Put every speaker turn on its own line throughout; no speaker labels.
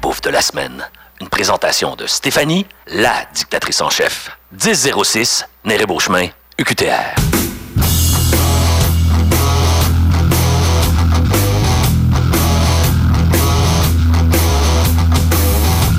bouffe de la semaine. Une présentation de Stéphanie, la dictatrice en chef. 1006, Néré Beauchemin, UQTR.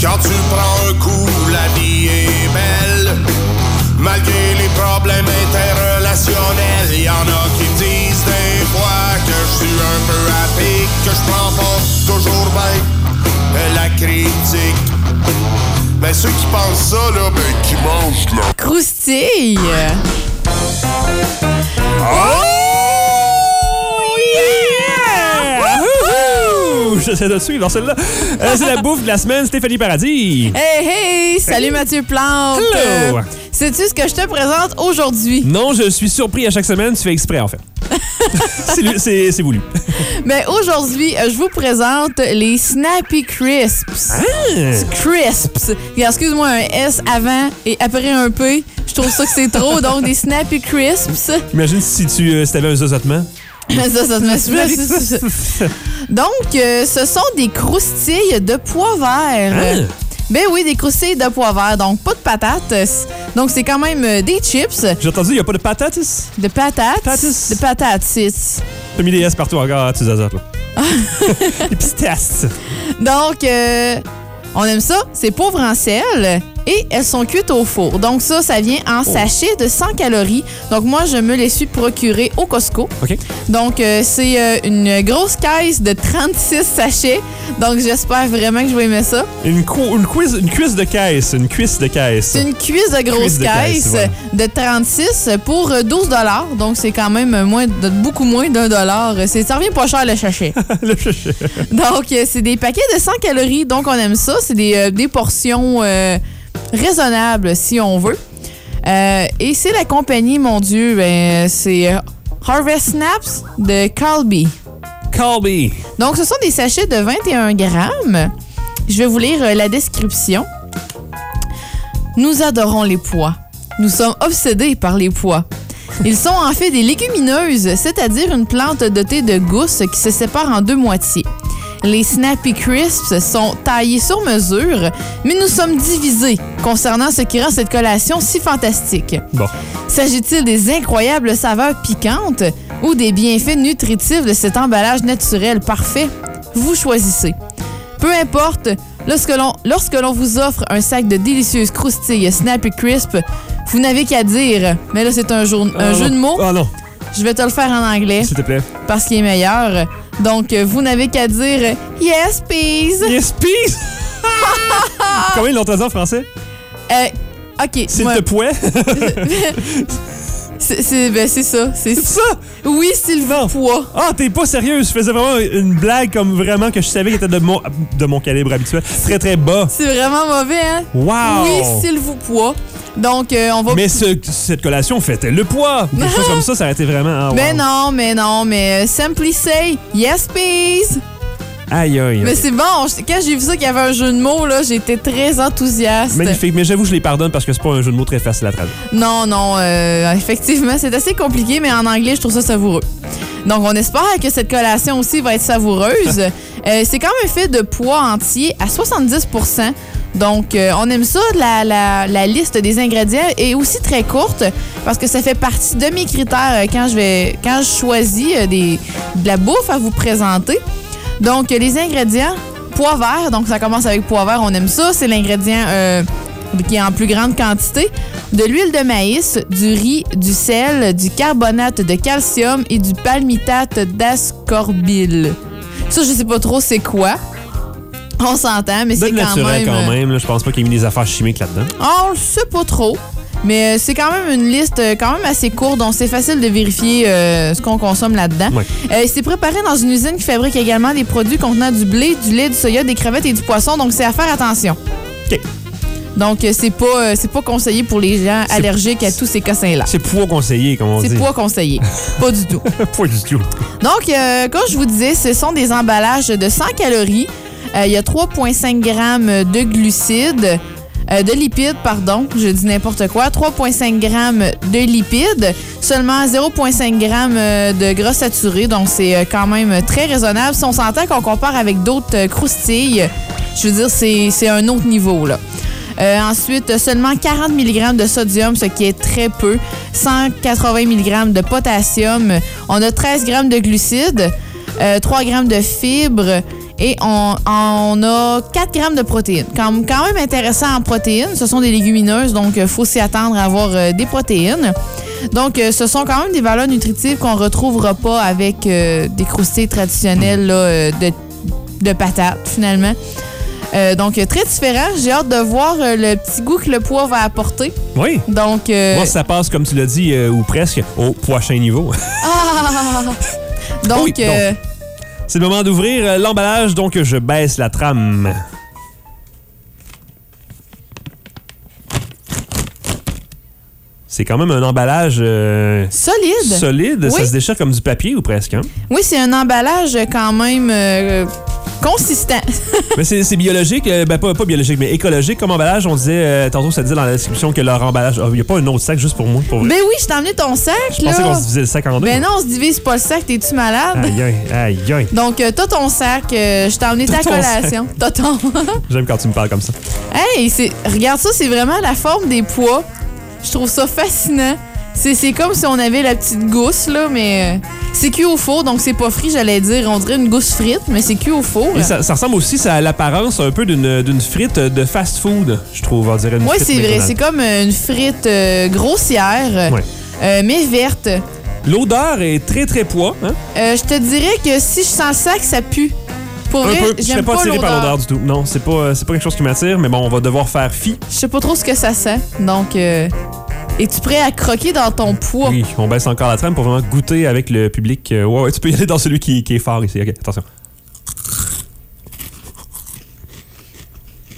Quand tu prends un coup, la vie est belle. Malgré les problèmes interrelationnels, y en a qui me disent des fois que je suis un peu à pic, que je prends pas toujours bien la critique. Mais ceux qui pensent ça, là, ben qui mangent là.
Croustille! Oh,
Ah! Wouhou! J'essaie de suivre dans celle-là. Euh, c'est la bouffe de la semaine, Stéphanie Paradis.
Hey, hey! Salut Mathieu Plante!
Hello. Hmm?
Euh, Sais-tu ce que je te présente aujourd'hui?
Non, je suis surpris à chaque semaine, tu fais exprès en fait. c'est, lu- c'est- c'est voulu.
Mais aujourd'hui, euh, je vous présente les Snappy Crisps.
Hein?
Hmm. Crisps. Regarde, Excuse-moi, un S avant et après un P. Je trouve ça que c'est trop, donc des Snappy Crisps.
Imagine si tu euh, si t'avais un zozotement.
ça, ça, ça, ça, ça, ça. Donc, euh, ce sont des croustilles de pois vert.
Hein?
Ben oui, des croustilles de pois vert, donc pas de patates. Donc, c'est quand même euh, des chips,
J'ai entendu, il n'y a pas de patates. T'as
de patates,
Patates.
de patates, six.
mis des S partout encore, ah, tu zozotes là. Et puis c'est
Donc, euh, on aime ça. C'est pauvre en sel et elles sont cuites au four. Donc ça, ça vient en sachet de 100 calories. Donc moi, je me les suis procurées au Costco.
OK.
Donc euh, c'est euh, une grosse caisse de 36 sachets. Donc j'espère vraiment que je vais aimer ça.
Une, cou- une, cuisse, une cuisse de caisse. Une cuisse de caisse.
C'est une cuisse de grosse
Cuisse de caisse,
caisse
voilà.
de 36 pour euh, 12 Donc c'est quand même moins de- beaucoup moins d'un dollar. C'est- Ça revient pas cher le sachet.
Le chouchou.
Donc, euh, c'est des paquets de 100 calories. Donc, on aime ça. C'est des, euh, des portions euh, raisonnables, si on veut. Euh, et c'est la compagnie, mon Dieu, ben, c'est euh, Harvest Snaps de Calbee.
Colby.
Donc, ce sont des sachets de 21 grammes. Je vais vous lire euh, la description. Nous adorons les pois. Nous sommes obsédés par les pois. Ils sont en fait des légumineuses, c'est-à-dire une plante dotée de gousses qui se sépare en deux moitiés. Les Snappy Crisps sont taillés sur mesure, mais nous sommes divisés concernant ce qui rend cette collation si fantastique.
Bon.
S'agit-il des incroyables saveurs piquantes ou des bienfaits nutritifs de cet emballage naturel parfait? Vous choisissez. Peu importe, lorsque l'on, lorsque l'on vous offre un sac de délicieuses croustilles Snappy Crisp, vous n'avez qu'à dire, mais là c'est un, jour- un jeu de mots,
Oh non,
je vais te le faire en anglais
s'il te plaît.
parce qu'il est meilleur. Donc vous n'avez qu'à dire Yes, please!
Yes, peace! Comment ils l'ont traduit en français?
Euh, ok,
S'il
moi-
te plaît.
c'est, c'est- ben, c'est ça. C'est,
C'est ça!
Oui, Sylvain Pois.
Ah, t'es pas sérieuse. Je faisais vraiment une blague comme vraiment que je savais qu'elle était de mon, de mon calibre habituel. Très, très bas.
C'est vraiment mauvais, hein?
Wow!
Oui, s'il vous plaît. Donc, euh, on va.
Mais ce- cette collation fêtait le poids. Ou quelque chose comme ça, ça aurait été vraiment... ah, wow.
Mais non, mais non, mais euh, simply say yes, please.
Aïe, aïe.
Mais c'est bon. je- Quand j'ai vu ça qu'il y avait un jeu de mots, là, j'étais très enthousiaste.
Magnifique, mais j'avoue, je les pardonne parce que c'est pas un jeu de mots très facile à traduire.
Non, non, euh, effectivement, c'est assez compliqué, mais en anglais, je trouve ça savoureux. Donc, on espère que cette collation aussi va être savoureuse. Euh, c'est quand même fait de poids entier à 70 donc, euh, on aime ça, la, la- la liste des ingrédients est aussi très courte parce que ça fait partie de mes critères euh, quand je, vais, quand je choisis euh, des, de la bouffe à vous présenter. Donc, euh, les ingrédients, pois vert, donc ça commence avec pois vert, on aime ça. C'est l'ingrédient euh, qui est en plus grande quantité. De l'huile de maïs, du riz, du sel, du carbonate de calcium et du palmitate d'ascorbile. Ça, je sais pas trop c'est quoi. On s'entend, mais c'est
Donne
quand
naturel
même... euh,
quand même. là. Je pense pas qu'il y ait mis des affaires chimiques là-dedans.
on le sait pas trop. Mais euh, c'est quand même une liste euh, quand même assez courte, donc c'est facile de vérifier euh, ce qu'on consomme là-dedans.
Ouais.
Euh, c'est préparé dans une usine qui fabrique également des produits contenant du blé, du lait, du soya, des crevettes et du poisson, donc c'est à faire attention.
OK.
Donc euh, c'est pas euh, c'est pas conseillé pour les gens
C'est-
allergiques à tous ces cossins-là.
C'est poids conseillé, comme on dit.
C'est pas conseillé, pas du tout.
Pas du tout.
Donc, euh, comme je vous disais, ce sont des emballages de 100 calories. Euh, Il y a 3,5 grammes de glucides, euh, de lipides, pardon, je dis n'importe quoi. 3,5 grammes de lipides, seulement 0,5 grammes euh, de gras saturé. Donc, c'est euh, quand même très raisonnable. Si on s'entend qu'on compare avec d'autres euh, croustilles, Je veux dire, c'est c'est un autre niveau, là. Euh, ensuite, seulement 40 mg de sodium, ce qui est très peu. 180 mg de potassium. On a 13 g de glucides, euh, 3 g de fibres et on, on a 4 g de protéines. Quand, quand même intéressant en protéines. Ce sont des légumineuses, donc il faut s'y attendre à avoir euh, des protéines. Donc, euh, ce sont quand même des valeurs nutritives qu'on retrouvera pas avec euh, des croustilles traditionnelles là, euh, de, de patates, finalement. Euh, donc, euh, très différent. J'ai hâte de voir euh, le petit goût que le poids va apporter.
Oui.
Donc, euh,
Moi, ça passe, comme tu l'as dit, euh, ou presque, au prochain niveau.
ah! donc,
Oui, donc.
euh,
C'est le moment d'ouvrir euh, l'emballage, donc je baisse la trame. C'est quand même un emballage euh,
solide.
solide. Ça
Oui.
se déchire comme du papier ou presque. hein?
oui, c'est un emballage quand même euh, consistant.
Mais c'est c'est biologique, euh, ben pas, pas biologique, mais écologique comme emballage. On disait, euh, tantôt, ça disait dans la description que leur emballage. ah, Il n'y a pas un autre sac juste pour moi, pour vrai.
ben oui, je t'ai emmené ton sac,
Je
là.
pensais qu'on se divisait le sac en deux.
ben non, on se divise pas le sac, t'es-tu malade?
Aïe, aïe, aïe, aïe.
Donc, euh, t'as ton sac, euh, je t'ai emmené ta
T'as ton
collation. T'as ton...
J'aime quand tu me parles comme ça.
hey, c'est- regarde ça, c'est vraiment la forme des pois. Je trouve ça fascinant. C'est c'est comme si on avait la petite gousse, là, mais euh, c'est cuit au four, donc c'est pas frit, j'allais dire. On dirait une gousse frite, mais c'est cuit au four.
Et ça, ça ressemble aussi ça a l'apparence un peu d'une d'une frite de fast-food, je trouve, on dirait une
Oui,
frite
c'est vrai.
McDonald's.
C'est comme une frite euh, grossière,
Ouais.
euh, mais verte.
L'odeur est très très poids. Hein?
Euh, je te dirais que si je sens le sac, ça pue. Pour
un
vrai,
peu. Je serais
j'aime
pas
pas
attiré par l'odeur
l'odeur.
du tout. Non, c'est pas, euh, c'est pas quelque chose qui m'attire, mais bon, on va devoir faire fi.
Je sais pas trop ce que ça sent, donc... euh, Es-tu prêt à croquer dans ton poids?
Oui, on baisse encore la trame pour vraiment goûter avec le public. Euh, ouais, ouais, tu peux y aller dans celui qui, qui est fort ici. Ok, attention.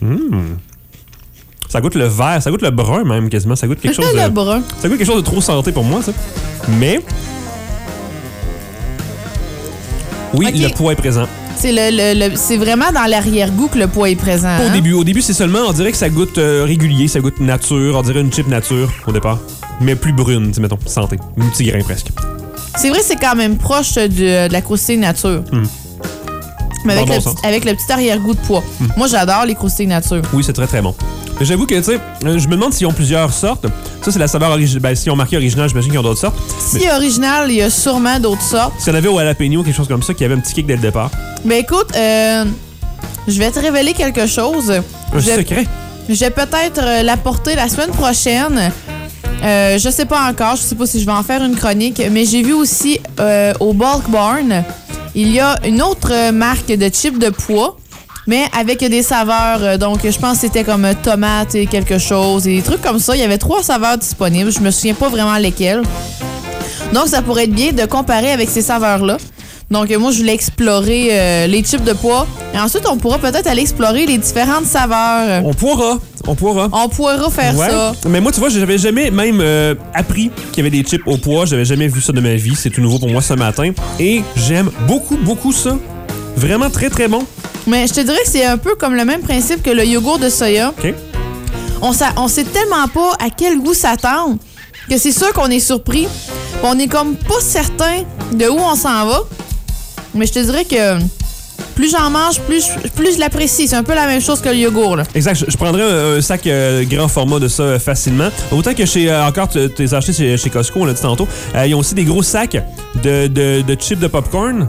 Hmm. Ça goûte le vert, ça goûte le brun même quasiment. Ça goûte quelque chose de.
le brun.
Ça goûte quelque chose de trop santé pour moi, ça. Mais. Oui,
Ok.
le poids est présent.
C'est le, le- le- c'est vraiment dans l'arrière-goût que le poids est présent.
Pas au
hein?
début. Au début, c'est seulement, on dirait que ça goûte euh, régulier, ça goûte nature, on dirait une chip nature au départ. Mais plus brune, tu sais, mettons, santé. Un petit grain presque.
C'est vrai, c'est quand même proche de, de la croustille nature.
Hmm.
Mais avec,
Dans
le,
bon Hmm.
petit-
sens.
avec le petit arrière-goût de poids. Moi, j'adore les croustilles nature.
Oui, c'est très très bon. Mais J'avoue que, tu sais, euh, je me demande s'ils ont plusieurs sortes. Ça, c'est la saveur originale. Ben, si on marqué original, j'imagine qu'ils ont d'autres sortes.
Si original, il y a sûrement d'autres sortes.
S'il y en avait au jalapeno, quelque chose comme ça, qui avait un petit kick dès le départ.
Ben écoute, euh, je vais te révéler quelque chose.
Un
Je-
secret.
Je vais peut-être euh, l'apporter la semaine prochaine. Euh, je sais pas encore, je sais pas si je vais en faire une chronique, mais j'ai vu aussi euh, au Bulk Barn, il y a une autre euh, marque de chips de pois, mais avec des saveurs. euh, Donc, je pense que c'était comme euh, tomate et quelque chose, et des trucs comme ça. Il y avait trois saveurs disponibles, je me souviens pas vraiment lesquelles. Donc, ça pourrait être bien de comparer avec ces saveurs-là. Donc, euh, moi, je voulais explorer euh, les chips de pois. Et ensuite, on pourra peut-être aller explorer les différentes saveurs.
On pourra. On pourra.
On pourra faire
Ouais.
ça.
Mais moi, tu vois, j'avais jamais même euh, appris qu'il y avait des chips au poids. J'avais jamais vu ça de ma vie. C'est tout nouveau pour moi ce matin. Et j'aime beaucoup, beaucoup ça. Vraiment très, très bon.
Mais je te dirais que c'est un peu comme le même principe que le yogourt de soya.
OK?
On, sa- on sait tellement pas à quel goût s'attendre que c'est sûr qu'on est surpris. On est comme pas certain de où on s'en va. Mais je te dirais que plus j'en mange, plus je, plus je l'apprécie. C'est un peu la même chose que le yogourt. Là.
Exact. Je, je prendrais un, un sac euh, grand format de ça euh, facilement. Autant que chez, euh, encore, tu t'es acheté chez, chez Costco, on l'a dit tantôt. Euh, ils ont aussi des gros sacs de, de, de chips de popcorn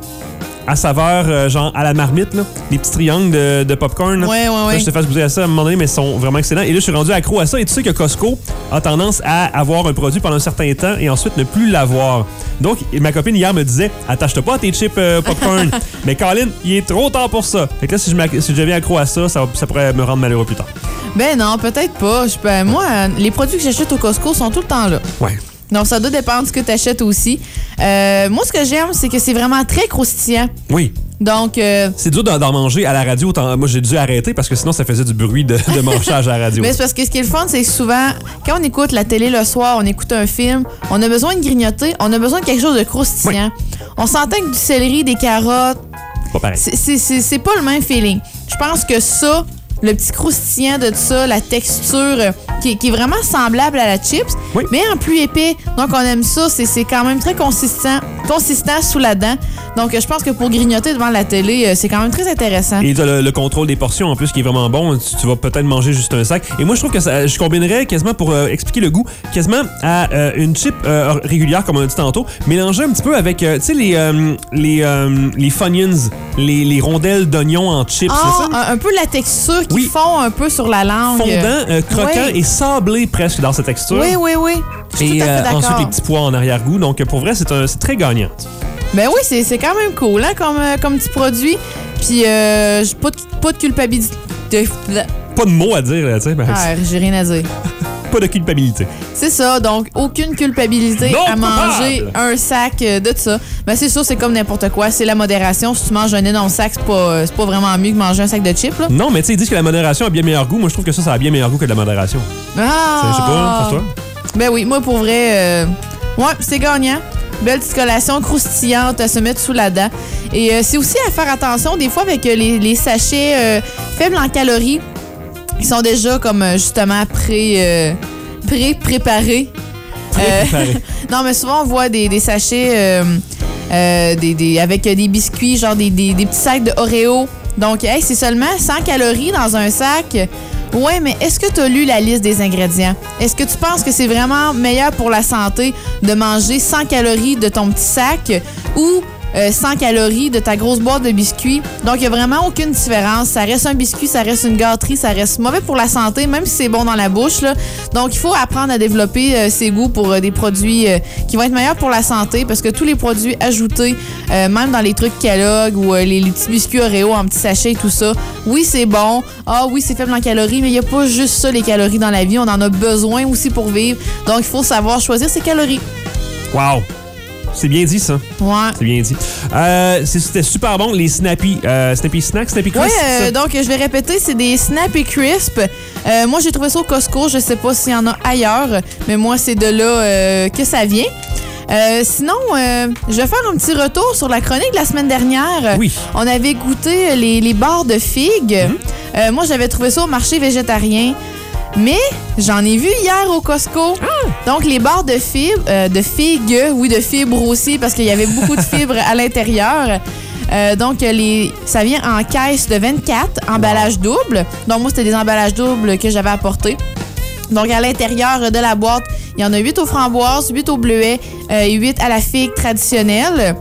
à saveur, euh, genre à la marmite, là. Des petits triangles de, de popcorn. là.
Ouais, ouais,
Faut
ouais.
que Je te fasse goûter à ça à un moment donné, mais ils sont vraiment excellents. Et là, je suis rendu accro à ça. Et tu sais que Costco a tendance à avoir un produit pendant un certain temps et ensuite ne plus l'avoir. Donc, et ma copine hier me disait Attache-toi pas à tes chips euh, popcorn. mais Colin, il est trop tard pour ça. Fait que là, si je, m'acc- si je deviens accro à ça, ça, va- ça pourrait me rendre malheureux plus tard.
Ben non, peut-être pas. Je, ben moi, euh, les produits que j'achète au Costco sont tout le temps là.
Ouais.
Donc ça doit dépendre de ce que tu achètes aussi. Euh, moi, ce que j'aime, c'est que c'est vraiment très croustillant.
Oui.
Donc, euh,
C'est dur d'en d'en manger à la radio. Tant- Moi, j'ai dû arrêter parce que sinon, ça faisait du bruit de, de manchage à la radio.
Mais c'est parce que ce qui est le fun, c'est que souvent, quand on écoute la télé le soir, on écoute un film, on a besoin de grignoter, on a besoin de quelque chose de croustillant. On s'entend que du céleri, des carottes,
Pas pareil.
c'est- c'est c'est- c'est pas le même feeling. Je pense que ça, le petit croustillant de ça, la texture euh, qui, qui est vraiment semblable à la chips,
Oui.
mais en plus épais. Donc on aime ça, c'est c'est quand même très consistant. consistant sous la dent. Donc, euh, je pense que pour grignoter devant la télé, euh, c'est quand même très intéressant.
Et t'as le, le contrôle des portions en plus qui est vraiment bon. Tu, tu vas peut-être manger juste un sac. Et moi, je trouve que ça, je combinerais quasiment pour euh, expliquer le goût, quasiment à euh, une chip euh, régulière, comme on a dit tantôt, mélangée un petit peu avec, euh, tu sais, les, euh, les, euh, les Funyuns, les, les rondelles d'oignons en chips.
Ah,
c'est ça?
un, un peu la texture qui
Oui.
fond un peu sur la langue.
Fondant, euh, croquant
oui.
et sablé presque dans sa texture.
Oui, oui, oui. Je suis
Et
tout à fait
euh,
d'accord.
ensuite, les petits pois en arrière-goût. Donc, euh, pour vrai, c'est un- c'est très gagnant.
Ben oui, c'est c'est quand même cool, hein, comme, euh, comme petit produit. Puis, euh, j'ai pas, de, pas de culpabilité.
Pas de mots à dire, là, tu sais. ben,
Ah, j'ai rien à dire.
Pas de culpabilité.
C'est ça, donc aucune culpabilité
Non
à manger
coupable.
un sac euh, de ça. Mais c'est sûr, c'est comme n'importe quoi, c'est la modération. Si tu manges un énorme sac, c'est pas, euh, c'est pas vraiment mieux que manger un sac de chips. Là.
Non, mais tu sais, ils disent que la modération a bien meilleur goût. Moi, je trouve que ça, ça a bien meilleur goût que de la modération.
Ah!
Je sais pas, pour toi?
Ben oui, moi pour vrai, euh, ouais, c'est gagnant. Belle petite collation croustillante à se mettre sous la dent. Et euh, c'est aussi à faire attention des fois avec euh, les, les sachets euh, faibles en calories. Ils sont déjà comme euh, justement pré, euh, pré-préparés. Euh,
Préparé.
non, mais souvent on voit des, des sachets euh, euh, des, des- avec euh, des biscuits, genre des, des- des petits sacs de Oreo. Donc, hey, c'est seulement 100 calories dans un sac. Ouais, mais est-ce que tu as lu la liste des ingrédients? Est-ce que tu penses que c'est vraiment meilleur pour la santé de manger 100 calories de ton petit sac ou euh, 100 calories de ta grosse boîte de biscuits? Donc, il n'y a vraiment aucune différence. Ça reste un biscuit, ça reste une gâterie, ça reste mauvais pour la santé, même si c'est bon dans la bouche. là. Donc, il faut apprendre à développer euh, ses goûts pour euh, des produits euh, qui vont être meilleurs pour la santé parce que tous les produits ajoutés, euh, même dans les trucs Kellogg ou euh, les, les petits biscuits Oreo en petits sachets et tout ça, oui, c'est bon. Ah oui, c'est faible en calories, mais il n'y a pas juste ça, les calories dans la vie. On en a besoin aussi pour vivre. Donc, il faut savoir choisir ses calories.
Wow! C'est bien dit, ça.
Ouais.
C'est bien dit. Euh, c'est- C'était super bon, les Snappy, euh, snappy Snacks, Snappy
Oui,
Crisps.
euh, donc je vais répéter, c'est des Snappy Crisp. Euh, moi, j'ai trouvé ça au Costco. Je sais pas s'il y en a ailleurs, mais moi, c'est de là euh, que ça vient. Euh, sinon, euh, je vais faire un petit retour sur la chronique de la semaine dernière.
Oui.
On avait goûté les, les barres de figues. Euh, moi, j'avais trouvé ça au marché végétarien. Mais j'en ai vu hier au Costco. Donc, les barres de fibres, euh, de figues, oui, de fibres aussi, parce qu'il y avait beaucoup de fibres à l'intérieur. Euh, donc, euh, les, ça vient en caisse de 24, emballage double. Donc, moi, c'était des emballages doubles que j'avais apportés. Donc, à l'intérieur de la boîte, il y en a 8 aux framboises, 8 aux bleuets euh, et 8 à la figue traditionnelle.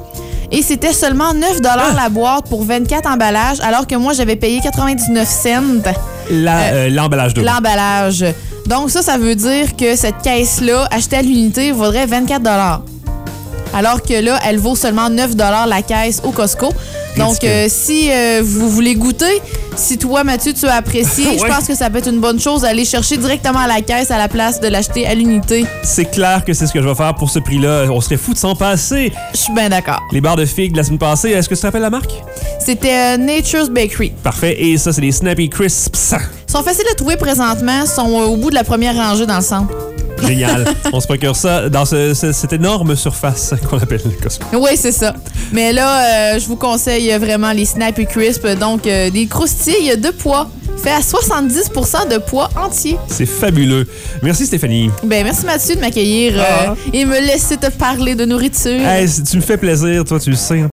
Et c'était seulement 9 la boîte pour 24 emballages, alors que moi, j'avais payé 99 cents
La- euh, L'emballage de
l'emballage. Donc ça, ça veut dire que cette caisse-là, achetée à l'unité, vaudrait 24 alors que là, elle vaut seulement 9 la caisse au Costco. Donc,
Ridicule.
euh, si euh, vous voulez goûter, si toi, Mathieu, tu as apprécié, je
Ouais.
pense que ça peut être une bonne chose d'aller chercher directement à la caisse à la place de l'acheter à l'unité.
C'est clair que c'est ce que je vais faire pour ce prix-là. On serait fou de s'en passer.
Je suis bien d'accord.
Les barres de figues de la semaine passée, est-ce que tu te rappelles la marque?
C'était euh, Nature's Bakery.
Parfait. Et ça, c'est les Snappy Crisps.
Ils sont faciles à trouver présentement, sont euh, au bout de la première rangée dans le centre.
Génial. On se procure ça dans ce- ce- cette énorme surface qu'on appelle le Costco.
Oui, c'est ça. Mais là, euh, je vous conseille vraiment les Snappy Crisp. Donc, euh, des croustilles de pois, fait à 70 de pois entier.
C'est fabuleux. Merci Stéphanie.
Ben, merci Mathieu de m'accueillir euh,
Ah.
et me laisser te parler de nourriture.
Hey, si tu me fais plaisir, toi, tu le sais. hein.